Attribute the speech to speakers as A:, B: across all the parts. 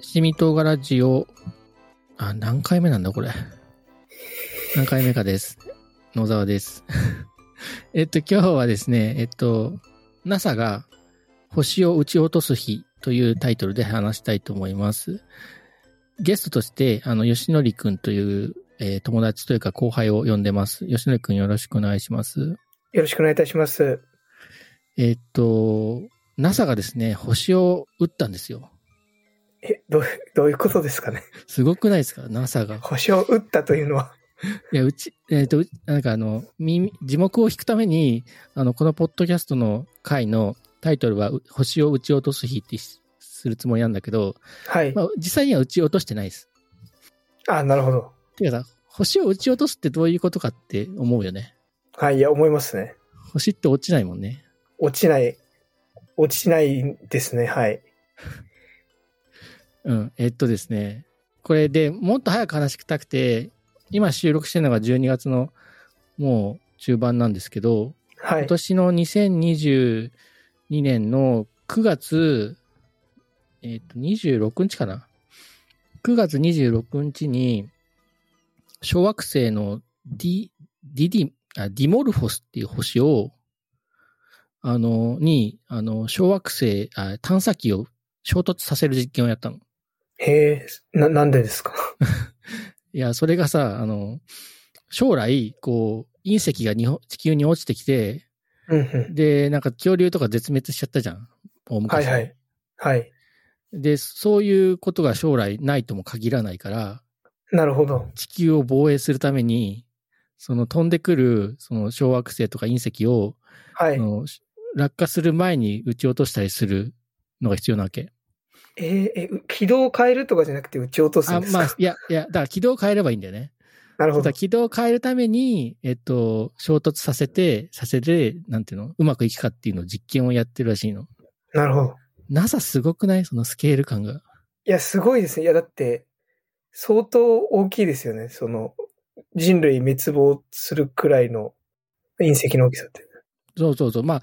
A: 七味唐辛子を、あ、何回目なんだこれ。何回目かです。野沢です。 えっと、今日はですね、えっと、NASA が星を撃ち落とす日というタイトルで話したいと思います。ゲストとして、あの、吉典くんという、えー友達というか後輩を呼んでます。吉典くんよろしくお願いします。
B: よろしくお願いいたします。
A: えっと、NASA がですね、星を撃ったんですよ。
B: え、どう、どういうことですかね。
A: すごくないですか ?NASA が。
B: 星を打ったというのは。
A: いや、うち、えっ、と、うちなんかあの、耳、字幕を引くために、あの、このポッドキャストの回のタイトルは、う星を撃ち落とす日ってしするつもりなんだけど、
B: はい。
A: まあ、実際には撃ち落としてないです。
B: あ、なるほど。
A: てかさ、星を撃ち落とすってどういうことかって思うよね。
B: はい、いや、思いますね。
A: 星って落ちないもんね。
B: 落ちない、落ちないですね。はい。
A: うん。えっとですね、これでもっと早く話したくて、今収録してるのが12月のもう中盤なんですけど、
B: は
A: 今
B: い。
A: 年の2022年の9月、えっ、と、26日かな ?9 月26日に、小惑星のディ、ディディ、あディモルフォスっていう星を、あの、に、あの、小惑星あ、探査機を衝突させる実験をやったの。
B: へえ、な、なんでですか。
A: いや、それがさ、あの、将来、こう、隕石が日本地球に落ちてきて、
B: うんうん。
A: で、なんか恐竜とか絶滅しちゃったじゃん。大
B: は
A: 昔
B: いはい。はい。
A: で、そういうことが将来ないとも限らないから、
B: なるほど。
A: 地球を防衛するために、その飛んでくる、その小惑星とか隕石を、
B: はい
A: あ。の落下する前に撃ち落としたりするのが必要なわけ。
B: えーえ、軌道を変えるとかじゃなくて打ち落とすん
A: あ、
B: ですか。
A: まあ、いや、いや、だから軌道を変えればいいんだよね。
B: なる
A: た
B: ほど
A: だ。軌道を変えるために、えっと、衝突させて、させて、なんていうの、うまくいくかっていうのを実験をやってるらしいの。
B: なるほど。
A: NASA すごくないそのスケール感が。
B: いや、すごいですね。いや、だって、相当大きいですよね。その、人類滅亡するくらいの隕石の大きさって。
A: そうそうそう。まあ、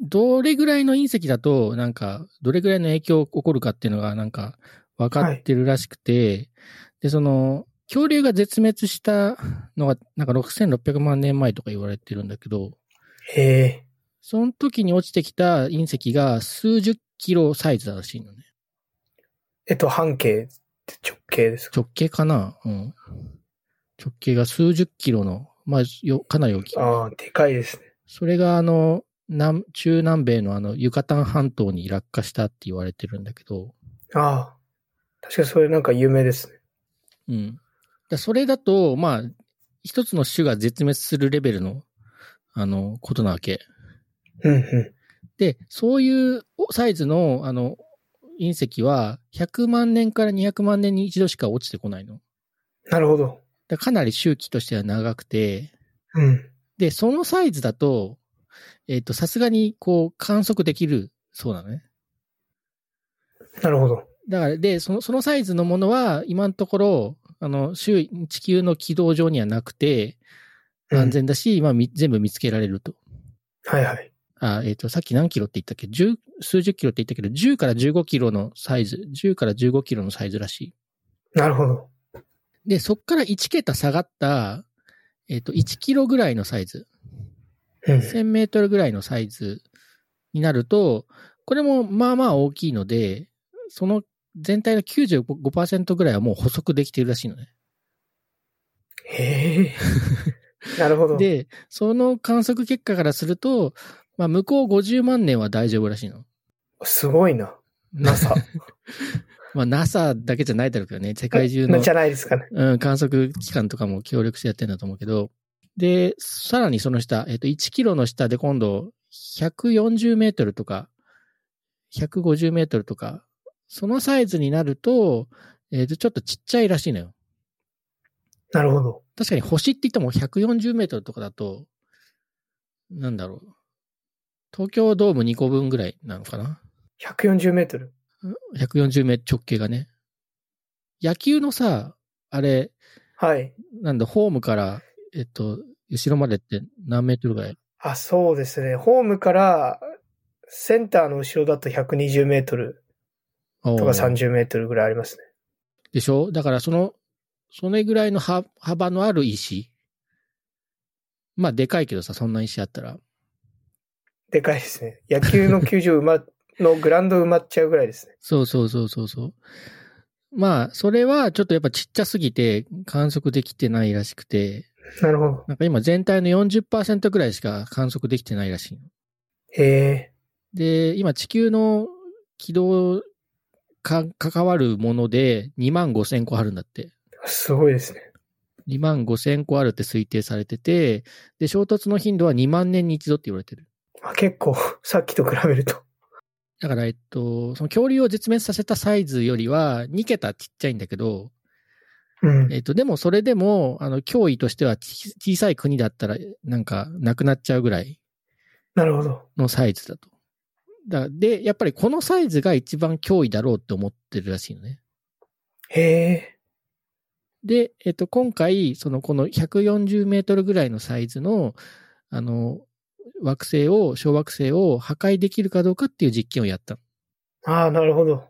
A: どれぐらいの隕石だと、なんか、どれぐらいの影響起こるかっていうのが、なんか、分かってるらしくて、で、その、恐竜が絶滅したのが、なんか6600万年前とか言われてるんだけど、
B: へえ。
A: その時に落ちてきた隕石が数十キロサイズらしいのね。
B: えっと、半径って直径ですか
A: 直径かなうん。直径が数十キロの、まあ、よ、かなり大きい。
B: ああ、でかいですね。
A: それが、あの、南、中南米のあの、ユカタン半島に落下したって言われてるんだけど、
B: ああ。確かにそれなんか有名ですね。
A: うん。だそれだと、まあ、一つの種が絶滅するレベルの、あの、ことなわけ。
B: うんう
A: で、そういうおサイズの、あの、隕石は、100万年から200万年に一度しか落ちてこないの。
B: ん。なるほど。
A: だかなり周期としては長くて、
B: うん。
A: で、そのサイズだと、えっ、と、さすがに、こう、観測できる、そうなのね。
B: なるほど。
A: だから、で、その、そのサイズのものは、今のところ、あの、周囲地球の軌道上にはなくて、
B: うん
A: 安。全だし、今み、全部見つけられると。
B: はいはい。
A: あ、えっ、と、さっき何キロって言ったっけ ?10、数十キロって言ったけど、10から15キロのサイズ、10から15キロのサイズらし
B: なるほど。
A: い。で、そっから1桁下がった、えっ、と、1キロぐらいのサイズ、
B: うん。
A: 1000メートルぐらいのサイズになると、これもまあまあ大きいので、その全体の95%ぐらいはもう補足できてるらしいのね。
B: へえ。 なるほど。
A: で、その観測結果からすると、まあ、向こう50万年は大丈夫らしいの。
B: すごいな。NASA。
A: まあ、NASA だけじゃないだろうけどね、世界中
B: な
A: の
B: じゃないですかね。
A: うん、観測機関とかも協力してやってんだと思うけど、で、さらにその下、えっと、1キロの下で今度、140メートルとか、150メートルとか、そのサイズになると、えっと、ちょっとちっちゃいらしいのよ。
B: なるほど。
A: 確かに星って言っても140メートルとかだと、なんだろう。東京ドーム2個分ぐらいなのかな
B: 140メートル。
A: ?140 メートル直径がね。野球のさ、あれ、
B: はい。
A: なんだ、ホームから、えっと、後ろまでって何メートルぐらい
B: あ、そうですね。ホームからセンターの後ろだと120メートル。
A: と
B: とか30メートルぐらいありますね。
A: でしょだからその、それぐらいのは幅のある石。まあ、でかいけどさ、そんな石あったら。
B: でかいですね。野球の球場埋ま、 のグラウンド埋まっちゃうぐらいですね。
A: そうそうそうそうそう。まあ、それはちょっとやっぱちっちゃすぎて観測できてないらしくて、
B: なるほど。
A: なんか今全体の40%ぐらいしか観測できてないらしいの。
B: へえ。
A: で、今地球の軌道か関わるもので2万5千個あるんだって。
B: すごいですね。
A: 2万5千個あるって推定されてて、で、衝突の頻度は2万年に一度って言われてる。
B: あ結構、さっきと比べると。
A: だから、えっと、その恐竜を絶滅させたサイズよりは2桁ちっちゃいんだけど、
B: うん。
A: えっと、でもそれでも、あの、脅威としてはち小さい国だったら、なんか、なくなっちゃうぐらい
B: なるほど。
A: のサイズだと。だで、やっぱりこのサイズが一番脅威だろうって思ってるらしいのね。
B: へえ。
A: で、えっと、今回、その、この140メートルぐらいのサイズの、あの、惑星を、小惑星を破壊できるかどうかっていう実験をやったの。
B: ああ、なるほど。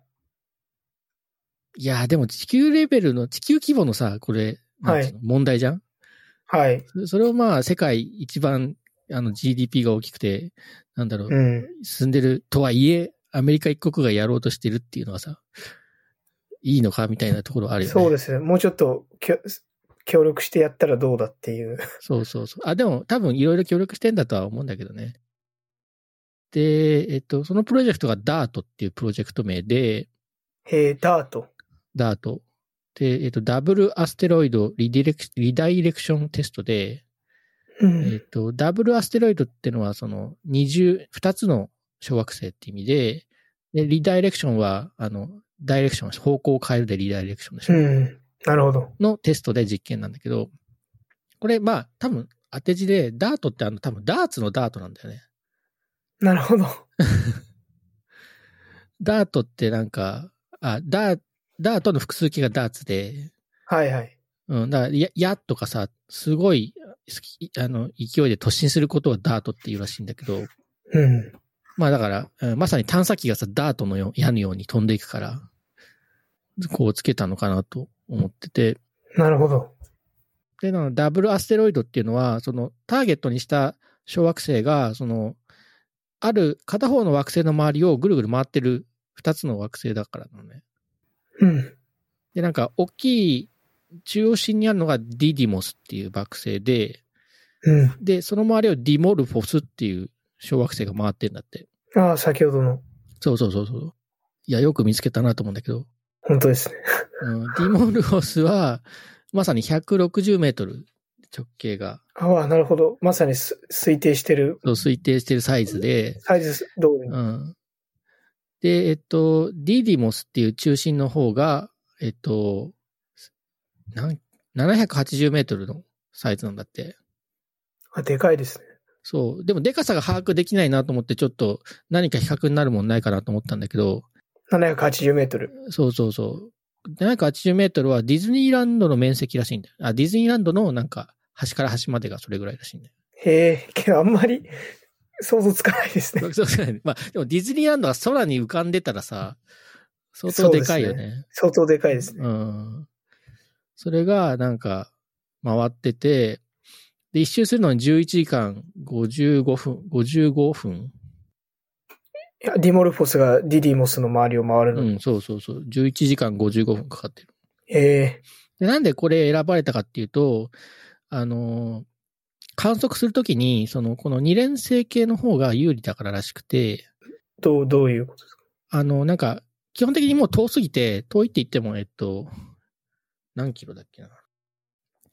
A: いやー、でも地球レベルの、地球規模のさ、これ、なんてうの問題じゃん
B: はい。
A: そそれをまあ、世界一番、あの、GDP が大きくて、なんだろう、
B: うん。
A: 進んでるとはいえ、アメリカ一国がやろうとしてるっていうのはさ、いいのかみたいなところあるよね。
B: そうですね。もうちょっときょ協力してやったらどうだっていう。
A: そうそうそう。あ、でも多分いろいろ協力してんだとは思うんだけどね。で、えっと、そのプロジェクトが DART っていうプロジェクト名で、
B: へえ、ダート。
A: DART。で、えっと、ダブルアステロイドリディレクリダイレクションテストで、え
B: う
A: っ
B: ん。
A: と、ダブルアステロイドってのは、その、二重、二つの小惑星って意味で、で、リダイレクションは、あの、ダイレクション、方向を変えるでリダイレクションでしょ。
B: うん。なるほど。
A: のテストで実験なんだけど、これ、まあ、多分、当て字で、ダートってあの、多分、ダーツのダートなんだよね。
B: なるほど。
A: ダートってなんか、あ、ダー、ダートの複数形がダーツで、
B: はいはい。
A: うん、だから、や、やとかさ、すごい、すきあの、勢いで突進することをダートっていうらしいんだけど、
B: うん。
A: まあだから、うんまさに探査機がさ、ダートのよう矢のように飛んでいくから、こうつけたのかなと思ってて。
B: なるほど。
A: で、なのダブルアステロイドっていうのは、そのターゲットにした小惑星が、その、ある片方の惑星の周りをぐるぐる回ってる二つの惑星だからなのね。
B: うん。
A: で、なんか大きい中央心にあるのがディディモスっていう惑星で、
B: うん。
A: で、その周りをディモルフォスっていう小惑星が回ってんだって。
B: ああ、先ほどの。
A: そうそうそうそう。いや、よく見つけたなと思うんだけど。
B: 本当ですね。
A: うんディモルフォスは、まさに160メートル直径が、
B: ああ、なるほど。まさにす推定してる
A: そう推定してるサイズで、
B: サイズ通り
A: う
B: に。
A: ん。で、えっと、ディディモスっていう中心の方が、えっと、なん780メートルのサイズなんだって。
B: あ、でかいですね。
A: そう。でも、デカさが把握できないなと思って、ちょっと何か比較になるもんないかなと思ったんだけど、
B: 780メートル。
A: そうそうそう。780メートルはディズニーランドの面積らしいんだよ。あ、ディズニーランドのなんか、端から端までがそれぐらいらし いんだよ
B: へえ、けどあんまり想像つかないですね。
A: そうそうそうまあ、でもディズニーランドは空に浮かんでたらさ、相当でかいよね。
B: 相当でかいですね。
A: うん。それが、なんか、回ってて、で、一周するのに11時間55分、55分
B: いやディモルフォスがディディモスの周りを回るの
A: う
B: に。
A: ん、そうそうそう。11時間55分かかってる。
B: へえ、
A: で、なんでこれ選ばれたかっていうと、あのー、観測するときに、その、この二連星系の方が有利だかららしくて、
B: どう、どういうことですか
A: あの、なんか、基本的にもう遠すぎて、遠いって言っても、えっと、何キロだっけな。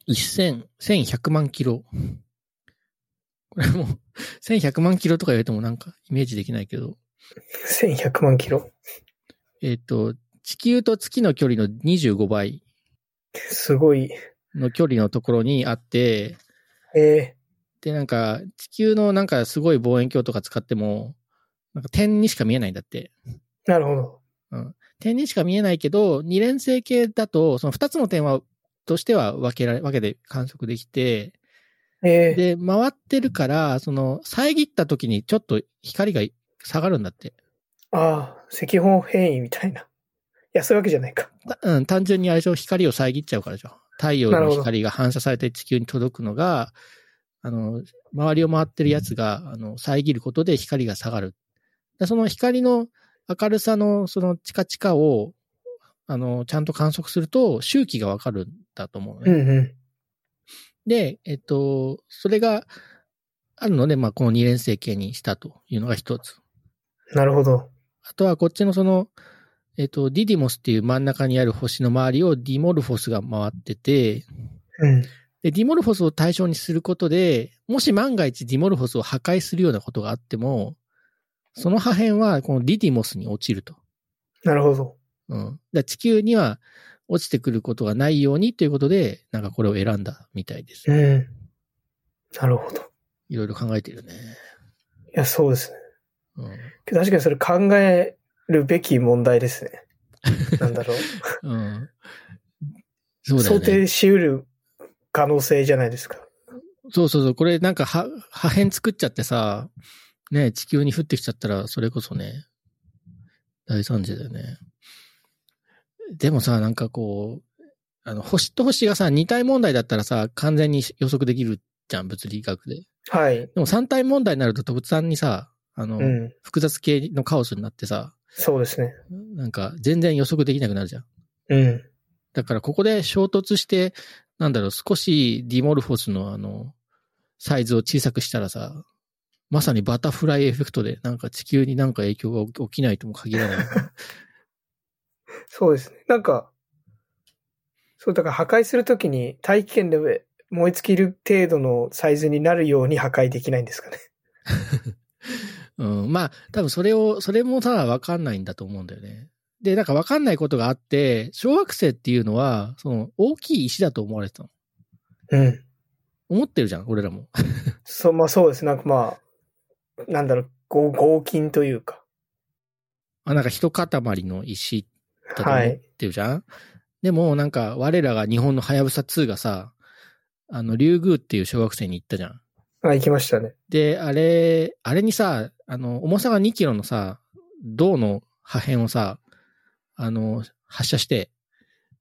A: 1000、1100万キロ。これもう、1100万キロとか言われてもなんかイメージできないけど、
B: ?1100 万キロ。
A: えっと、地球と月の距離の25倍
B: すごい。
A: の距離のところにあって、
B: へえ、
A: で、なんか、地球のなんかすごい望遠鏡とか使っても、なんか点にしか見えないんだって。
B: なるほど。
A: 点にしか見えないけど、二連星系だと、その二つの点は、としては分けられ、分けて観測できて、
B: へえ、
A: で、回ってるから、その、遮った時にちょっと光が下がるんだって。
B: ああ、赤本変異みたいな。や、そういうわけじゃないか。
A: たうん、単純にあれでしょ、光を遮っちゃうからでしょ。太陽
B: なる
A: の
B: ほど
A: 光が反射されて地球に届くのが、あの、周りを回ってるやつが、あの、遮ることで光が下がる。でその光の明るさの、その、チカチカを、あの、ちゃんと観測すると、周期がわかるんだと思うのね。
B: うんう
A: で、えっと、それがあるので、まあ、この二連星系にしたというのが一つ。
B: ん。なるほど。
A: あとは、こっちのその、えっと、ディディモスっていう真ん中にある星の周りをディモルフォスが回ってて、
B: うん。
A: で、ディモルフォスを対象にすることで、もし万が一ディモルフォスを破壊するようなことがあっても、その破片はこのディディモスに落ちると。
B: なるほど。
A: うん。だから地球には落ちてくることがないようにということで、なんかこれを選んだみたいです。
B: うん。なるほど。い
A: いろいろ考えてるね。
B: や、そうですね。
A: うん。
B: けど確かにそれ考えるべき問題 ですね。なんだろう。
A: うんそうだよ
B: 想
A: ね。
B: 定しうる可能性じゃないですか。
A: そうそうそう。これなんかは、破片作っちゃってさ、ね、地球に降ってきちゃったら、それこそね、大惨事だよね。でもさ、なんかこう、あの、星と星がさ、二体問題だったらさ、完全に予測できるじゃん、物理学で。
B: はい。
A: でも三体問題になると特産にさ、あの、
B: うん。
A: 複雑系のカオスになってさ、
B: そうですね。
A: なんか全然予測できなくなるじゃん。
B: うん。
A: だからここで衝突して、なんだろう、少しディモルフォスのあの、サイズを小さくしたらさ、まさにバタフライエフェクトで、なんか地球になんか影響が起き起きないとも限らない。
B: そうですね。なんか、そう、だから破壊するときに大気圏で燃え尽きる程度のサイズになるように破壊できないんですかね。
A: うん、まあ、多分それを、それもさ、わかんないんだと思うんだよね。で、なんかわかんないことがあって、小惑星っていうのは、その、大きい石だと思われてたの。
B: うん。
A: 思ってるじゃん、俺らも。
B: そう、まあそうです。なんかまあ、なんだろう、合合金というか。
A: あ、なんか一塊の石だと思
B: は
A: っ
B: い。
A: てるじゃん、でもなんか我らが日本のハヤブサ2がさ、あの、リュウグウっていう小学生に行ったじゃん。
B: あ、行きましたね。
A: で、あれ、あれにさ、あの、重さが2キロのさ、銅の破片をさ、あの、発射して、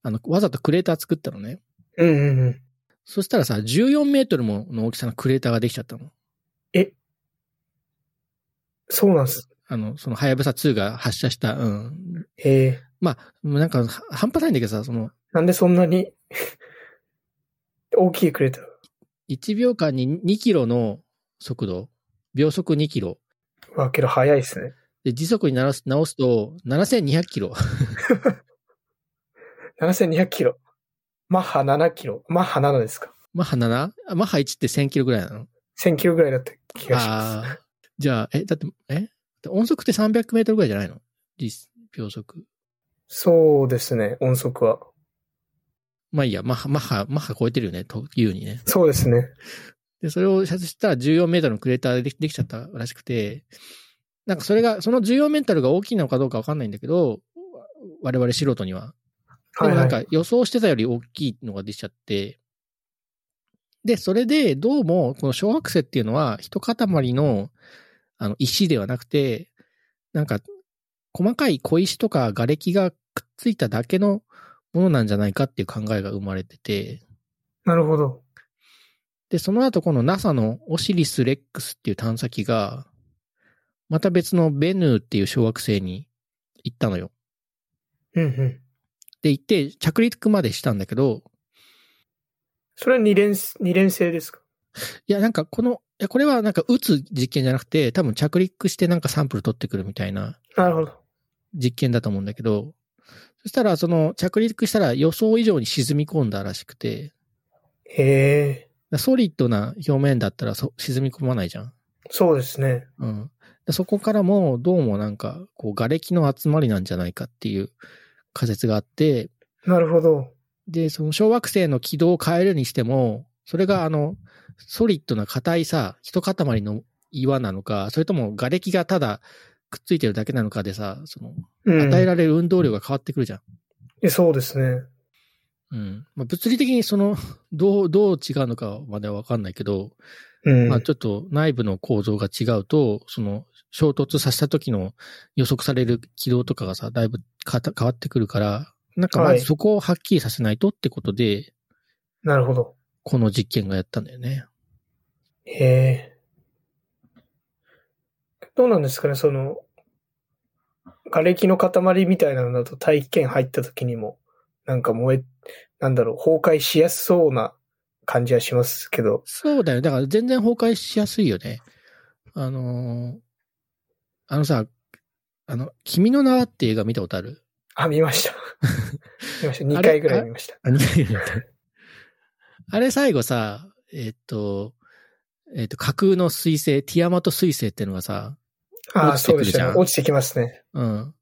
A: あの、わざとクレーター作ったのね。
B: うんうんうん。
A: そしたらさ、14メートルもの大きさのクレーターができちゃったの。
B: そうなんです。
A: あの、そのハヤブサ2が発射した、うん。
B: へえ。
A: まあ、なんか、は半端ないんだけどさ、その、
B: なんでそんなに 大きいクレーター
A: 1秒間に2キロの速度、秒速2キロ。
B: わけど早いですね。
A: で、時速に直す直すと、7200キロ。
B: 7200キロ。マッハ7キロ。マッハ7ですか。
A: マッハ 7? あマッハ1って1000キロぐらいなの
B: 1000キロぐらいだった気がします。
A: ああー。じゃあ、え、だって、え音速って300メートルぐらいじゃないの実秒速。
B: そうですね、音速は。
A: まあいいや、マッハ、マッハ、マッハ超えてるよね、というにね。
B: そうですね。
A: で、それを射出したら14メートルのクレーターでできできちゃったらしくて、なんかそれが、その14メートルが大きいのかどうかわかんないんだけど、わ我々素人には。で
B: は
A: も
B: い、
A: なん
B: は
A: か
B: い。
A: 予想してたより大きいのが出ちゃって、で、それでどうも、この小惑星っていうのは一塊のあの石ではなくて、なんか細かい小石とか瓦礫がくっついただけのものなんじゃないかっていう考えが生まれてて、
B: なるほど。
A: で、その後この NASA のオシリス・レックスっていう探査機が、また別のベヌーっていう小惑星に行ったのよ。
B: うんうん。
A: で、行って着陸までしたんだけど、
B: それは二連、二連星ですか
A: いや、なんかこの、いやこれはなんか撃つ実験じゃなくて、多分着陸してなんかサンプル取ってくるみたいな
B: なるほど。
A: 実験だと思うんだけど、そしたらその着陸したら予想以上に沈み込んだらしくて、
B: へえ。
A: ソリッドな表面だったらそ沈み込まないじゃん。
B: そうですね。
A: うん。でそこからもどうもなんか、こう、瓦礫の集まりなんじゃないかっていう仮説があって、
B: なるほど。
A: で、その小惑星の軌道を変えるにしても、それがあの、ソリッドな硬いさ、一塊の岩なのか、それとも瓦礫がただくっついてるだけなのかでさ、その、
B: うん。
A: 与えられる運動量が変わってくるじゃん。
B: えそうですね。
A: うん。まあ、物理的にその、どう、どう違うのかまではわかんないけど、
B: うん。
A: まあ、ちょっと内部の構造が違うと、その衝突させた時の予測される軌道とかがさ、だいぶかた変わってくるから、なんかま
B: はい
A: ずそこをはっきりさせないとってことで、
B: なるほど。
A: この実験がやったんだよね。
B: へえ。どうなんですかね、その、瓦礫の塊みたいなのだと大気圏入った時にも、なんか燃え、なんだろう、崩壊しやすそうな感じはしますけど。
A: そうだよ。だから全然崩壊しやすいよね。あのーあのさ、あの、君の名はって映画見たことある
B: あ、見ま した。見ました。2回ぐらい見ました。
A: あ、見た見たあれ最後さ、えっと、えっと、架空の彗星、ティアマト彗星ってのがさ、
B: ああ
A: 落ちて
B: そう
A: く
B: で
A: る
B: した
A: じゃん
B: ね。落ちてきますね。
A: うん。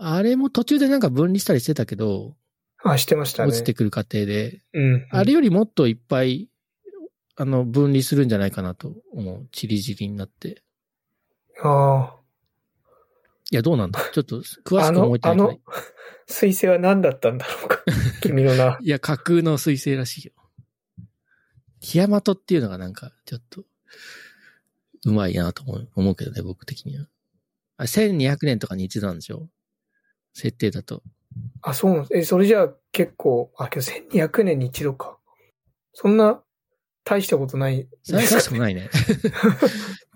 A: あれも途中でなんか分離したりしてたけど、
B: あ、してましたね。
A: 落ちてくる過程で、
B: うん。
A: あれよりもっといっぱい、あの、分離するんじゃないかなと思う。チリジリになって。
B: あ
A: いや、どうなんだちょっと、詳
B: あ。
A: し
B: あ
A: く覚
B: の
A: え、てな
B: あ
A: いけど
B: の。、 彗星は何だったんだろ うか。君の名。
A: いや、架空の彗星らしいよ。ティアマトっていうのがなんか、ちょっと、うまいなと思う思うけどね、僕的には。あ、1200年とかに一度なんでしょ設定だと。
B: あ、そうなんです。え、それじゃあ結構、あ、けど1200年に一度か。そんな、大したことない
A: それは確か
B: ね。
A: もないね。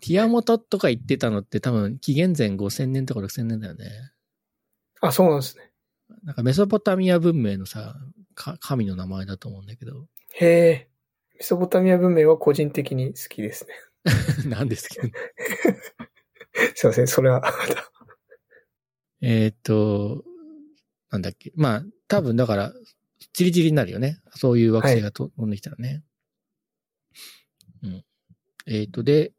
A: ティアモトとか言ってたのって多分、紀元前5000年とか6000年だよね。
B: あ、そうなんですね。
A: なんかメソポタミア文明のさ、か神の名前だと思うんだけど。
B: へえ。メソポタミア文明は個人的に好きですね。
A: なんですけど。
B: すいません、それは また。
A: えーっと、なんだっけ。まあ、多分だから、チリチリになるよね。そういう惑星がと飛んできたらね。うん。えーっと、で、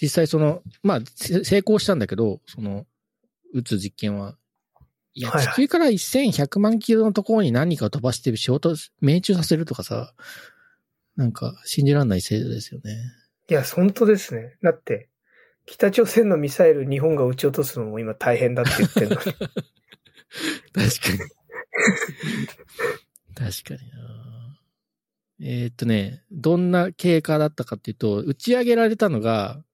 A: 実際その、まあ、せ成功したんだけど、その、撃つ実験は。いや、
B: はいはい
A: 地球から1100万キロのところに何かを飛ばして仕事、命中させるとかさ、なんか、信じられない制度ですよね。
B: いや、本当ですね。だって、北朝鮮のミサイル日本が撃ち落とすのも今大変だって言ってるのに。
A: 確かに。 確かになえーっとね、どんな経過だったかっていうと、打ち上げられたのが、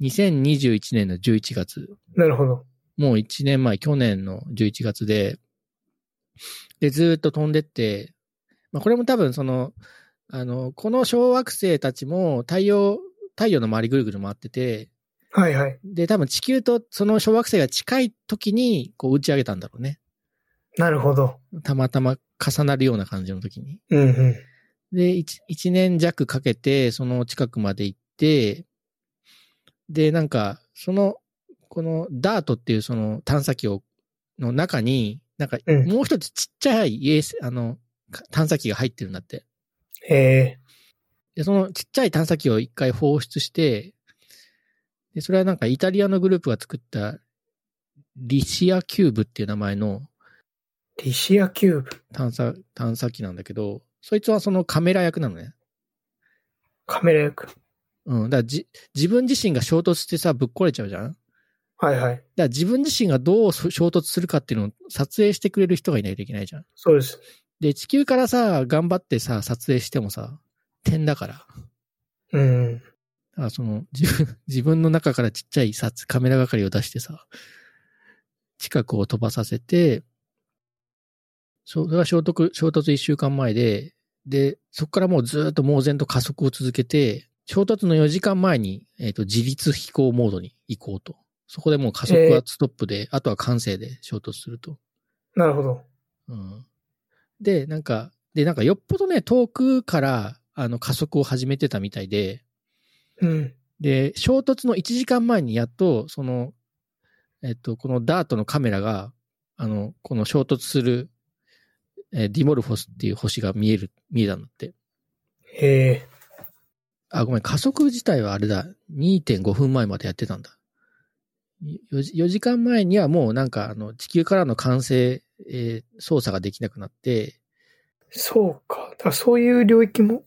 A: 2021年の11月。
B: なるほど。
A: もう1年前、去年の11月で、で、ずーっと飛んでって、まあ、これも多分その、あの、この小惑星たちも太陽、太陽の周りぐるぐる回ってて、
B: はいはい。
A: で、多分地球とその小惑星が近い時に、こう打ち上げたんだろうね。
B: なるほど。
A: たまたま重なるような感じの時に。
B: うんうん。
A: で、1, 年弱かけて、その近くまで行って、で、なんか、その、このダートっていうその探査機を、の中に、なんか、
B: うん
A: もう一つちっちゃい衛星、あの、か探査機が入ってるんだって。
B: へえ。
A: で、そのちっちゃい探査機を一回放出して、で、それはなんかイタリアのグループが作った、リシアキューブっていう名前の
B: リシアキューブ。
A: 探査、探査機なんだけど、そいつはそのカメラ役なのね。
B: カメラ役。
A: うん。だからじ、自分自身が衝突してさ、ぶっ壊れちゃうじゃんだか
B: はいはい。
A: ら自分自身がどうそ衝突するかっていうのを撮影してくれる人がいないといけないじゃん。
B: そうです。
A: で、地球からさ、頑張ってさ、撮影してもさ、点だから。だ
B: うん。
A: からその、自分、 自分の中からちっちゃいさ、カメラ係を出してさ、近くを飛ばさせて、そう、それが衝突、衝突一週間前で、で、そこからもうずーっと猛然と加速を続けて、衝突の4時間前に、えっ、と、自立飛行モードに移行と。そこでもう加速
B: え
A: は
B: ー
A: ストップで、あとは感性で衝突すると。
B: なるほど。
A: うん。で、なんか、で、なんかよっぽどね、遠くから、あの、加速を始めてたみたいで、
B: うん。
A: で、衝突の1時間前にやっと、その、えっと、このダートのカメラが、あの、この衝突する、えーディモルフォスっていう星が見える、見えたんだって。
B: へえ。
A: あ、ごめん、加速自体はあれだ。2.5分前までやってたんだ。4, 時4時間前にはもうなんか、あの、地球からの完成、えー操作ができなくなって、
B: そうか。だからそういう領域も。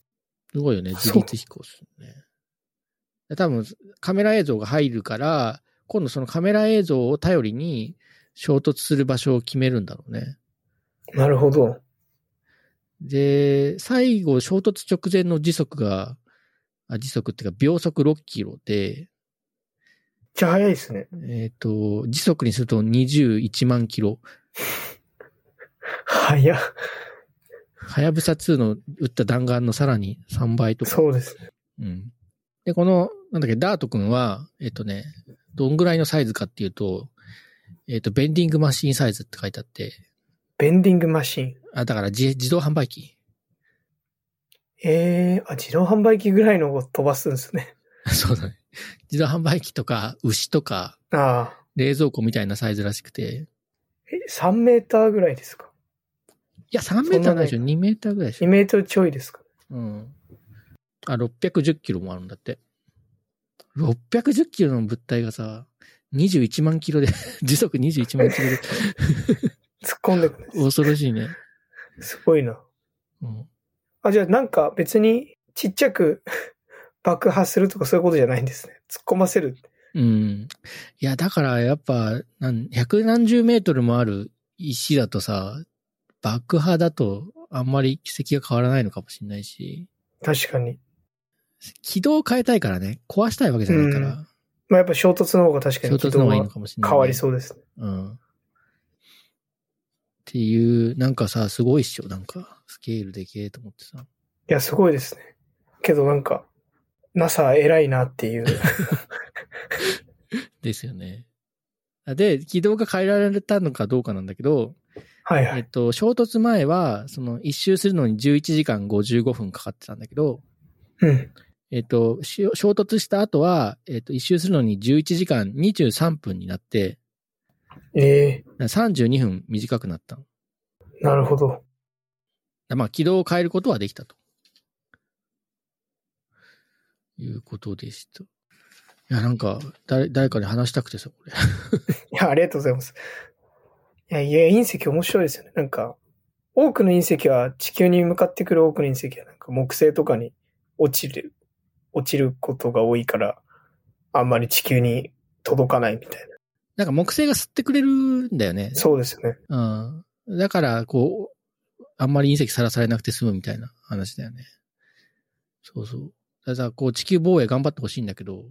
A: すごいよね、
B: あ
A: 自
B: そう
A: 立飛行ですよね。で多分、カメラ映像が入るから、今度そのカメラ映像を頼りに衝突する場所を決めるんだろうね。
B: なるほど。
A: で、最後、衝突直前の時速があ時速っていうか秒速6キロで、
B: ちゃ早いですね。
A: えっ、と、時速にすると21万キロ。
B: 早っ。
A: はやぶさ2の打った弾丸のさらに3倍とか。
B: そうですね。
A: うん。で、この、なんだっけ、ダート君は、えっとね、どんぐらいのサイズかっていうと、えっと、ベンディングマシンサイズって書いてあって、
B: ベンディングマシン。
A: あ、だから自自動販売機。
B: ええー、あ、自動販売機ぐらいのを飛ばすんですね。
A: そうだね。自動販売機とか、牛とか、
B: ああ。
A: 冷蔵庫みたいなサイズらしくて、
B: え、3メーターぐらいですか
A: いや、3メーターないでしょ、2メーターぐらいでし
B: ?2
A: ょ。
B: メートルちょいですか
A: うん。あ、610キロもあるんだって。610キロの物体がさ、21万キロで、 時速21万キロで、
B: 突っ込んでくる。
A: 恐ろしいね。
B: すごいな。
A: うん。
B: あ、じゃあなんか別にちっちゃく 爆破するとかそういうことじゃないんですね。突っ込ませる。
A: うん。いや、だからやっぱ、なん、百何十メートルもある石だとさ、爆破だとあんまり軌跡が変わらないのかもしれないし、
B: 確かに。
A: 軌道を変えたいからね、壊したいわけじゃないか
B: う
A: ら、
B: まあやっぱ衝突の方が確か
A: 衝
B: に軌
A: 突の方
B: 道
A: がいい
B: は
A: のかもしれない、
B: 変わりそうですね。
A: う。うん。っていう、なんかさ、すごいっしょ、なんか、スケールでけえと思ってさ。
B: いや、すごいですね。けどなんか、NASA 偉いなっていう。
A: ですよね。で、軌道が変えられたのかどうかなんだけど、
B: はいは
A: えっ
B: い。
A: と、衝突前は、その、一周するのに11時間55分かかってたんだけど、
B: うん。
A: えっと、し衝突した後は、えっと、一周するのに11時間23分になって、
B: ええ
A: 32分短くなったの
B: なるほど。
A: だまあ、軌道を変えることはできたと。いうことでした。いや、なんか、誰、誰かに話したくてさ、これ。
B: いや、ありがとうございます。いや、いや、隕石面白いですよね。なんか、多くの隕石は、地球に向かってくる多くの隕石は、なんか木星とかに落ちる、落ちることが多いから、あんまり地球に届かないみたいな。
A: なんか木星が吸ってくれるんだよね。
B: そうですよね。
A: うん。だから、こう、あんまり隕石さらされなくて済むみたいな話だよね。そうそう。だからさ、こう、地球防衛頑張ってほしいんだけど、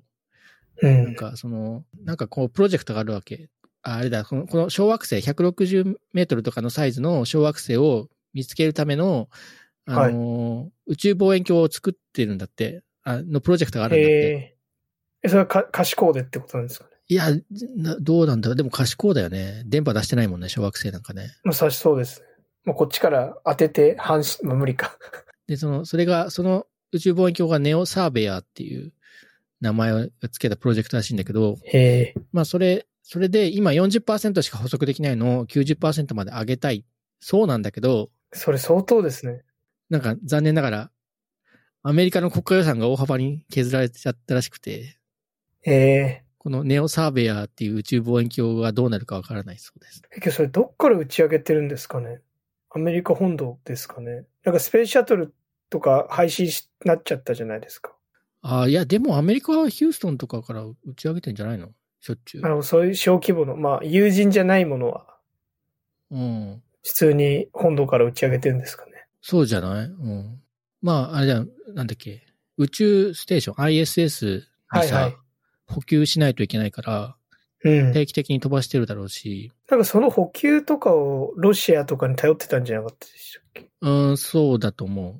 B: う
A: なん
B: ん。
A: か、その、なんかこう、プロジェクトがあるわけ。ああれだ、この、この小惑星、160メートルとかのサイズの小惑星を見つけるための、あのー宇宙望遠鏡を作ってるんだって、あのプロジェクトがあるんだって。
B: ええそれはか、可視光でってことなんですかね。
A: いや、などうなんだろう。でも賢いだよね。電波出してないもんね、小惑星なんかね。
B: まあ、さしそうですね。もうこっちから当てて、反し、まあ、無理か。
A: で、その、それが、その宇宙望遠鏡がネオサーベアっていう名前を付けたプロジェクトらしいんだけど、
B: ええ
A: まあそれ、それで今40%しか補足できないのを90%まで上げたい。そうなんだけど、
B: それ相当ですね。
A: なんか残念ながら、アメリカの国家予算が大幅に削られちゃったらしくて、
B: え
A: このネオサーベアっていう宇宙望遠鏡はどうなるかわからないそうです。
B: えけどそれどっから打ち上げてるんですかねアメリカ本土ですかねなんかスペースシャトルとか廃止しなっちゃったじゃないですか。
A: ああ、いや、でもアメリカはヒューストンとかから打ち上げてんじゃないのしょっちゅう
B: あ。の、そういう小規模の、まあ、友人じゃないものは、
A: うん。
B: 普通に本土から打ち上げてるんですかね。
A: そうじゃないうん。まあ、あれだよ、なんだっけ。宇宙ステーション、ISS にさ、
B: はいはい。
A: 補給しないといけないから、
B: うん。
A: 定期的に飛ばしてるだろうし、
B: なんかその補給とかをロシアとかに頼ってたんじゃなかったでしたっけ
A: うん、そうだと思う。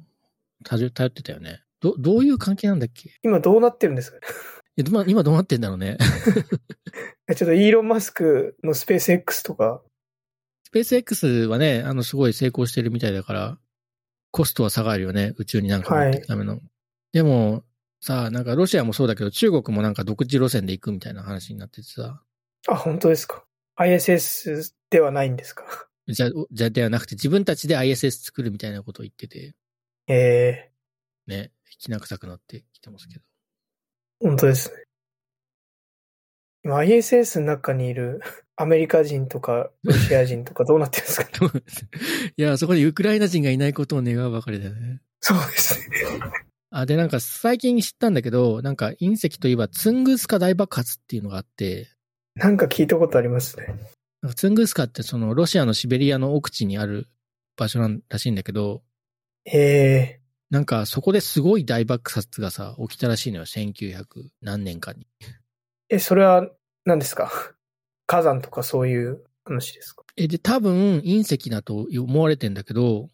A: たじ頼ってたよね。ど、どういう関係なんだっけ
B: 今どうなってるんですか ね
A: えどま今どうなってんだろうね。
B: ちょっとイーロン・マスクのスペース X とか、
A: スペース X はね、あの、すごい成功してるみたいだから、コストは下がるよね、宇宙になんか持っていくための。でも、さあ、なんかロシアもそうだけど、中国もなんか独自路線で行くみたいな話になっててさ、
B: あ、本当ですか ?ISS ではないんですか
A: じゃ、おじゃ、ではなくて自分たちで ISS 作るみたいなことを言ってて、
B: ええ
A: ね、きな臭くなってきてますけど。
B: 本当ですね。今 ISS の中にいる アメリカ人とかロシア人とかどうなってるんですか
A: いや、そこにウクライナ人がいないことを願うばかりだよね。
B: そうですね。
A: あ、で、なんか最近知ったんだけど、なんか隕石といえばツングスカ大爆発っていうのがあって、
B: なんか聞いたことありますね。
A: なんかツングスカってそのロシアのシベリアの奥地にある場所なんらしいんだけど、
B: ええ
A: なんかそこですごい大爆発がさ、起きたらしいのよ。1900何年かに。
B: え、それは何ですか火山とかそういう話ですか
A: え、で、多分隕石だと思われてんだけど、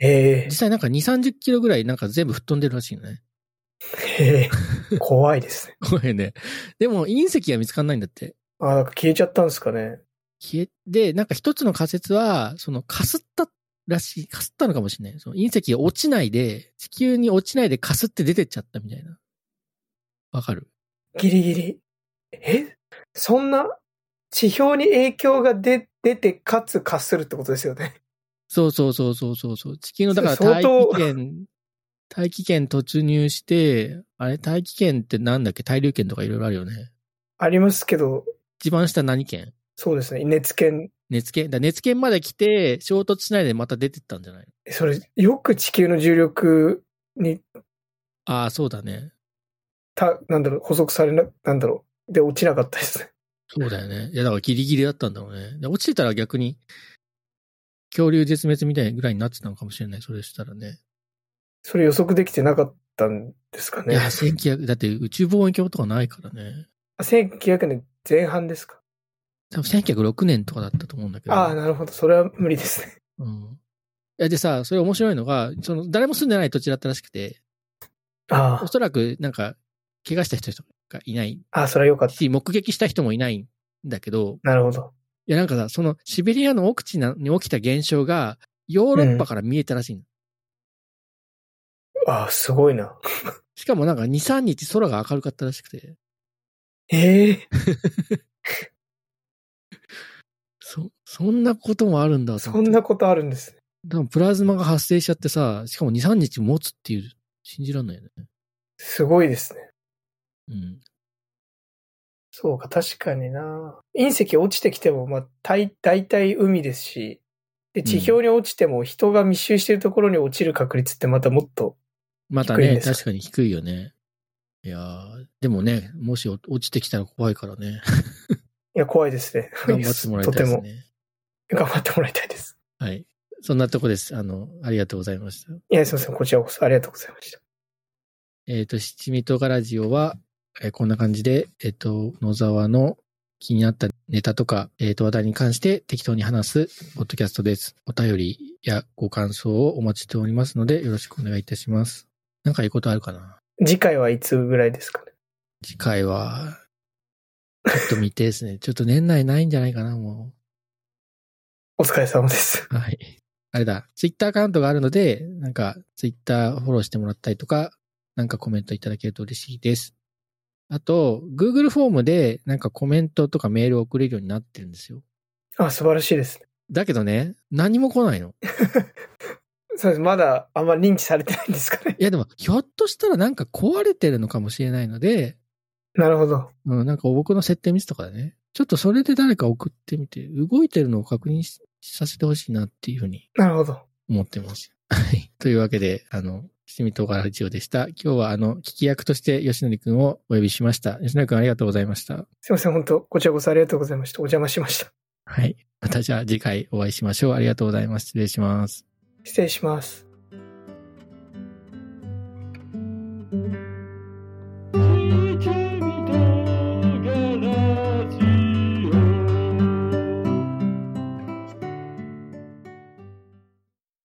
B: え
A: 実際なんか2、30キロぐらいなんか全部吹っ飛んでるらしいのね。
B: えええ怖いですね。
A: ごめんね。でも隕石が見つかんないんだって。
B: あ、なんか消えちゃったんですかね。
A: 消え、で、なんか一つの仮説は、その、かすったらしい、かすったのかもしれない。その隕石が落ちないで、地球に落ちないでかすって出てっちゃったみたいな。わかる
B: ギリギリ。えそんな地表に影響が出、出て、かつかするってことですよね。
A: そうそうそうそうそうそう。地球の、だから
B: それ
A: 大
B: 相当
A: 気圏、大気圏突入して、あれ、大気圏ってなんだっけ大流圏とかいろいろあるよね。
B: ありますけど、
A: 一番下何圏
B: そうですね。熱圏。
A: 熱圏。だから熱圏まで来て、衝突しないでまた出てったんじゃない
B: それ、よく地球の重力に、
A: ああ、そうだね。
B: た、なんだろう、補足されな、なんだろう。で、落ちなかったですね。
A: そうだよね。いや、だからギリギリだったんだろうね。で落ちてたら逆に、恐竜絶滅みたいなぐらいになってたのかもしれない。それしたらね。
B: それ予測できてなかったんですか
A: い
B: ね
A: や、。1900、だって宇宙望遠鏡とかないからね。
B: あ1900年前半ですか。
A: 多分1906年とかだったと思うんだけど。
B: ああ、なるほど。それは無理ですね。
A: うん。いや、でさ、それ面白いのが、その、誰も住んでない土地だったらしくて、
B: あ
A: おそらくなんか、怪我した人がいない
B: あ、ああ、それはよかった。
A: し、目撃した人もいないんだけど、
B: なるほど。
A: いや、なんかさ、その、シベリアの奥地なに起きた現象が、ヨーロッパから見えたらしいの。
B: ああ、すごいな。
A: しかもなんか2、3日空が明るかったらしくて。
B: ええ
A: そ、そんなこともあるんだと
B: そ
A: 思って。
B: んなことあるんですね。
A: 多分プラズマが発生しちゃってさ、しかも2、3日持つっていう、信じらんないよね。
B: すごいですね。
A: うん。
B: そうか、確かにな。隕石落ちてきても、まあ、大、大体海ですし、で、地表に落ちても人が密集しているところに落ちる確率ってまたもっと、
A: また
B: 低いん
A: ね、
B: です
A: 確かに低いよね。いやー、でもね、もしお落ちてきたら怖いからね。
B: いや、怖いですね。
A: 頑張ってもらいたいです
B: とても、
A: ね。
B: 頑張ってもらいたいです。
A: はい。そんなとこです。あの、ありがとうございました。
B: いや、すみません。こちらこそありがとうございました。
A: えっ、と、七味とがラジオは、えーこんな感じで、えっ、と、野沢の気になったネタとか、えっ、と、話題に関して適当に話すポッドキャストです。お便りやご感想をお待ちしておりますので、よろしくお願いいたします。なんか言うことあるかな
B: 次回はいつぐらいですかね。
A: 次回は、ちょっと未定ですね。ちょっと年内ないんじゃないかな、も
B: お疲れ様です。
A: う。はい。あれだ、ツイッターアカウントがあるので、なんか、ツイッターフォローしてもらったりとか、なんかコメントいただけると嬉しいです。あと、Google フォームで、なんかコメントとかメールを送れるようになってるんですよ。
B: あ、素晴らしいですね。
A: だけどね、何も来ないの。
B: そうです。まだあんま認知されてないんですか ね。
A: いや、でも、ひょっとしたらなんか壊れてるのかもしれないので、
B: なるほど。
A: うん、なんか僕の設定ミスとかでね、ちょっとそれで誰か送ってみて、動いてるのを確認しさせてほしいなっていうふうに
B: なるほど。
A: 思ってます。はい。というわけで、あの、七味唐辛ラジオでした。今日は、あの、聞き役として吉典くんをお呼びしました。吉典くんありがとうございました。
B: すいません。本当こちらこそありがとうございました。お邪魔しました。
A: はい。またじゃあ次回お会いしましょう。ありがとうございます。失礼します。
B: 失礼します。